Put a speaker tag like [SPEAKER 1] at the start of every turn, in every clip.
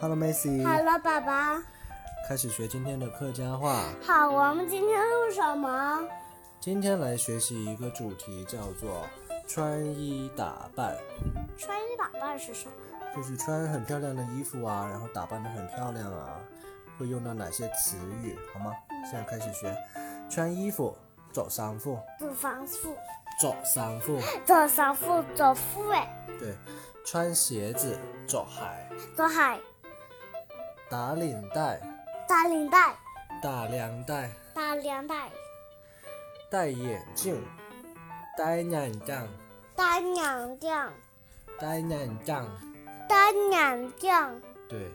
[SPEAKER 1] Hello Macy，
[SPEAKER 2] Hello，爸爸。
[SPEAKER 1] 开始学今天的客家话。
[SPEAKER 2] 好，我们今天录什么？
[SPEAKER 1] 今天来学习一个主题，叫做穿衣打扮，
[SPEAKER 2] 穿衣打扮是什么？
[SPEAKER 1] 就是穿很漂亮的衣服啊，然后打扮得很漂亮啊，会用到哪些词语，好吗？现在开始学穿衣服，着衫服，
[SPEAKER 2] 做防护，
[SPEAKER 1] 着衫服，
[SPEAKER 2] 做防护，做护卫，
[SPEAKER 1] 对，穿鞋子，着鞋，
[SPEAKER 2] 做海，
[SPEAKER 1] 打领带，
[SPEAKER 2] 打领带，
[SPEAKER 1] 打领带，
[SPEAKER 2] 打领带，
[SPEAKER 1] 戴眼镜，戴眼镜，
[SPEAKER 2] 打眼镜，
[SPEAKER 1] 戴眼镜。
[SPEAKER 2] 打眼镜，
[SPEAKER 1] 对，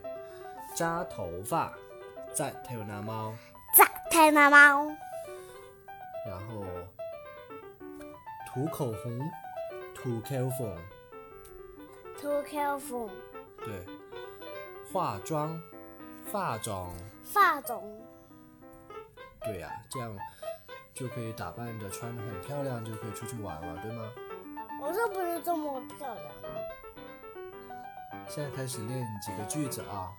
[SPEAKER 1] 扎头发，扎头那猫，
[SPEAKER 2] 扎太妈猫，
[SPEAKER 1] 然后涂口红，涂口红，
[SPEAKER 2] 涂口红，
[SPEAKER 1] 对，化妆，化妆，
[SPEAKER 2] 化妆，
[SPEAKER 1] 对呀、这样就可以打扮的穿的很漂亮，就可以出去玩了，对吗？
[SPEAKER 2] 我这不是这么漂亮。
[SPEAKER 1] 现在开始练几个句子啊，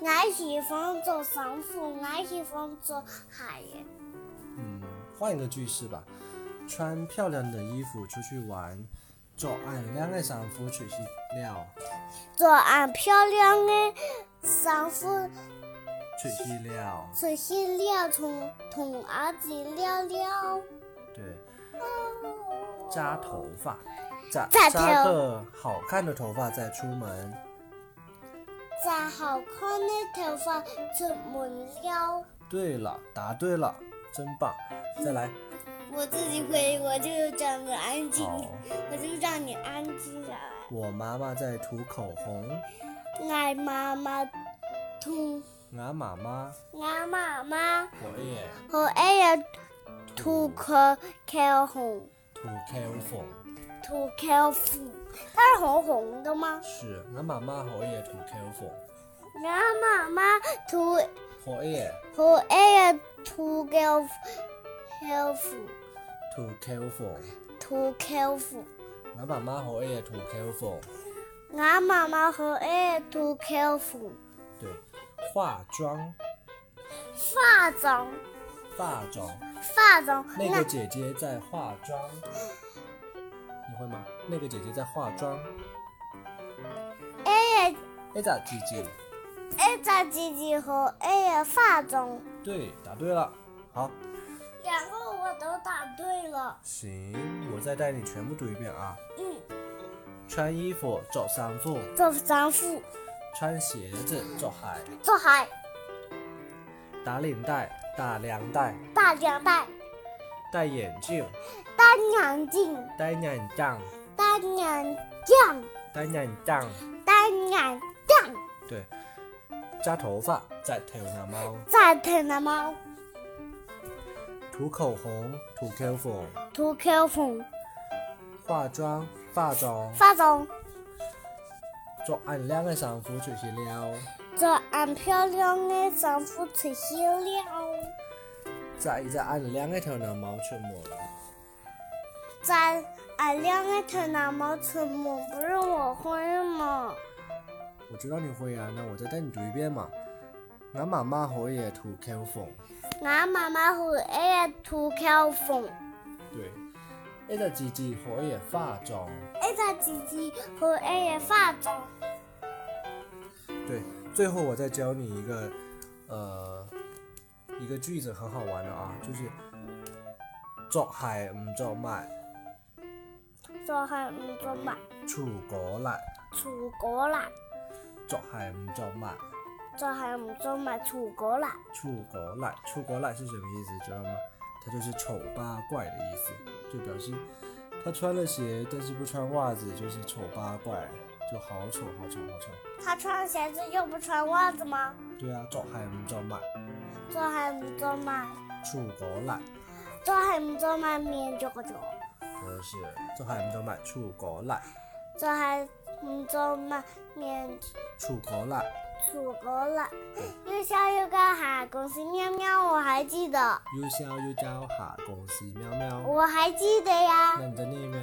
[SPEAKER 2] 我喜欢做防护，我喜欢做海。
[SPEAKER 1] 嗯，换一个句式吧，穿漂亮的衣服出去玩，做俺两个衫服出去了，
[SPEAKER 2] 做俺漂亮的防护。
[SPEAKER 1] 出去了。
[SPEAKER 2] 仔细料从同儿子聊聊。
[SPEAKER 1] 对，扎
[SPEAKER 2] 嗯
[SPEAKER 1] 头发，扎
[SPEAKER 2] 扎
[SPEAKER 1] 扎
[SPEAKER 2] 头
[SPEAKER 1] 个好看的头发再出门。
[SPEAKER 2] 扎好看的头发出门撩。
[SPEAKER 1] 对了，答对了，真棒！再来，
[SPEAKER 2] 我自己会，我就长得安静，
[SPEAKER 1] 好，
[SPEAKER 2] 我就让你安静下来。
[SPEAKER 1] 我妈妈在涂口红，
[SPEAKER 2] 爱妈妈同
[SPEAKER 1] 俺妈妈
[SPEAKER 2] 爱妈妈
[SPEAKER 1] 我也
[SPEAKER 2] 和爱人涂口口红，
[SPEAKER 1] 涂口红，
[SPEAKER 2] 涂口红，它是红红的吗？
[SPEAKER 1] 是俺妈妈我也涂口红，
[SPEAKER 2] 爱妈妈涂
[SPEAKER 1] 我也
[SPEAKER 2] 和爱人涂口口红。
[SPEAKER 1] 涂口红，
[SPEAKER 2] 涂口红，
[SPEAKER 1] 俺妈妈我也涂口红。
[SPEAKER 2] 俺妈妈和俺涂口红，
[SPEAKER 1] 对，化妆，
[SPEAKER 2] 化妆，
[SPEAKER 1] 化妆，
[SPEAKER 2] 化妆，
[SPEAKER 1] 那个姐姐在化妆，你会吗？那个姐姐在化妆。
[SPEAKER 2] 俺
[SPEAKER 1] 哎，咋姐姐？
[SPEAKER 2] 俺家姐姐和俺化妆，
[SPEAKER 1] 对，答对了。好，
[SPEAKER 2] 两个我都答对了。
[SPEAKER 1] 行，我再带你全部读一遍啊。
[SPEAKER 2] 嗯，
[SPEAKER 1] 穿衣服着衫服，
[SPEAKER 2] 做防护，
[SPEAKER 1] 穿鞋子着鞋，
[SPEAKER 2] 做鞋，
[SPEAKER 1] 打领带打领带，
[SPEAKER 2] 戴领带，
[SPEAKER 1] 戴眼镜
[SPEAKER 2] 戴眼镜，
[SPEAKER 1] 戴眼镜
[SPEAKER 2] 戴眼镜，
[SPEAKER 1] 戴眼镜，
[SPEAKER 2] 戴眼镜，
[SPEAKER 1] 对，扎头发扎头那猫，
[SPEAKER 2] 再头那猫，
[SPEAKER 1] 涂口红涂口红，
[SPEAKER 2] 涂口红，
[SPEAKER 1] 化妆化妆，
[SPEAKER 2] 化妆，
[SPEAKER 1] 着俺两个衫服出去了，
[SPEAKER 2] 做俺漂亮的丈夫出去了。
[SPEAKER 1] 再一再俺两个头那猫出门，
[SPEAKER 2] 在俺两个头脑毛出门，不是我会吗？
[SPEAKER 1] 我知道你会啊，那我再带你读一遍嘛。俺妈妈我也涂口红。
[SPEAKER 2] 俺妈妈和俺也涂口红，
[SPEAKER 1] 对，一個字字可以化妝。
[SPEAKER 2] 俺家姐姐和俺也化妆。
[SPEAKER 1] 对，最后我再教你一个，呃，一个句子很好玩的啊，就是作鞋唔作襪，
[SPEAKER 2] 做还唔做嘛？
[SPEAKER 1] 出果嚟；
[SPEAKER 2] 出国啦！
[SPEAKER 1] 作鞋唔作襪，
[SPEAKER 2] 做还唔做嘛？出国啦！
[SPEAKER 1] 出果嚟。出果嚟是什么意思？知道吗？它就是丑八怪的意思，就表示他穿了鞋，但是不穿袜子，就是丑八怪，就好丑，好丑，好丑。
[SPEAKER 2] 她穿鞋子又不穿袜子吗？
[SPEAKER 1] 对啊，作鞋唔作襪，
[SPEAKER 2] 做还唔做嘛？
[SPEAKER 1] 出果嚟。
[SPEAKER 2] 做还唔做嘛？面就个做。
[SPEAKER 1] 就是这还没有买出国来，
[SPEAKER 2] 做还唔做嘛？面
[SPEAKER 1] 出国来，
[SPEAKER 2] 出国啦！ 又笑又干喊，公司喵喵，我还记得。
[SPEAKER 1] 又笑又叫哈公司喵喵。
[SPEAKER 2] 我还记得呀，
[SPEAKER 1] 那你在念吗？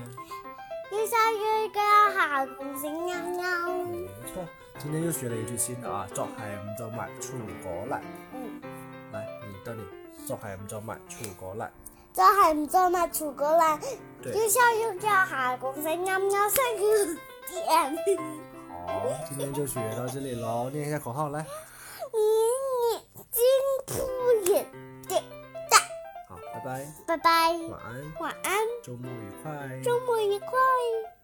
[SPEAKER 2] 又像一个好公鸡喵喵。
[SPEAKER 1] 没错，今天又学了一句新的啊，作係唔就賣出果嚟。
[SPEAKER 2] 嗯，
[SPEAKER 1] 来，你到底作係唔就賣出果嚟？
[SPEAKER 2] 就係唔再賣全個啦，
[SPEAKER 1] 對
[SPEAKER 2] 要收要叫下共性啱啱 識要啲人。
[SPEAKER 1] 好，今天就学到这里喽，念一下口号来。
[SPEAKER 2] 你眼睛不眼的，
[SPEAKER 1] 好，拜拜，
[SPEAKER 2] 拜拜，
[SPEAKER 1] 晚安，
[SPEAKER 2] 晚安，
[SPEAKER 1] 周末愉快。
[SPEAKER 2] 周末愉快。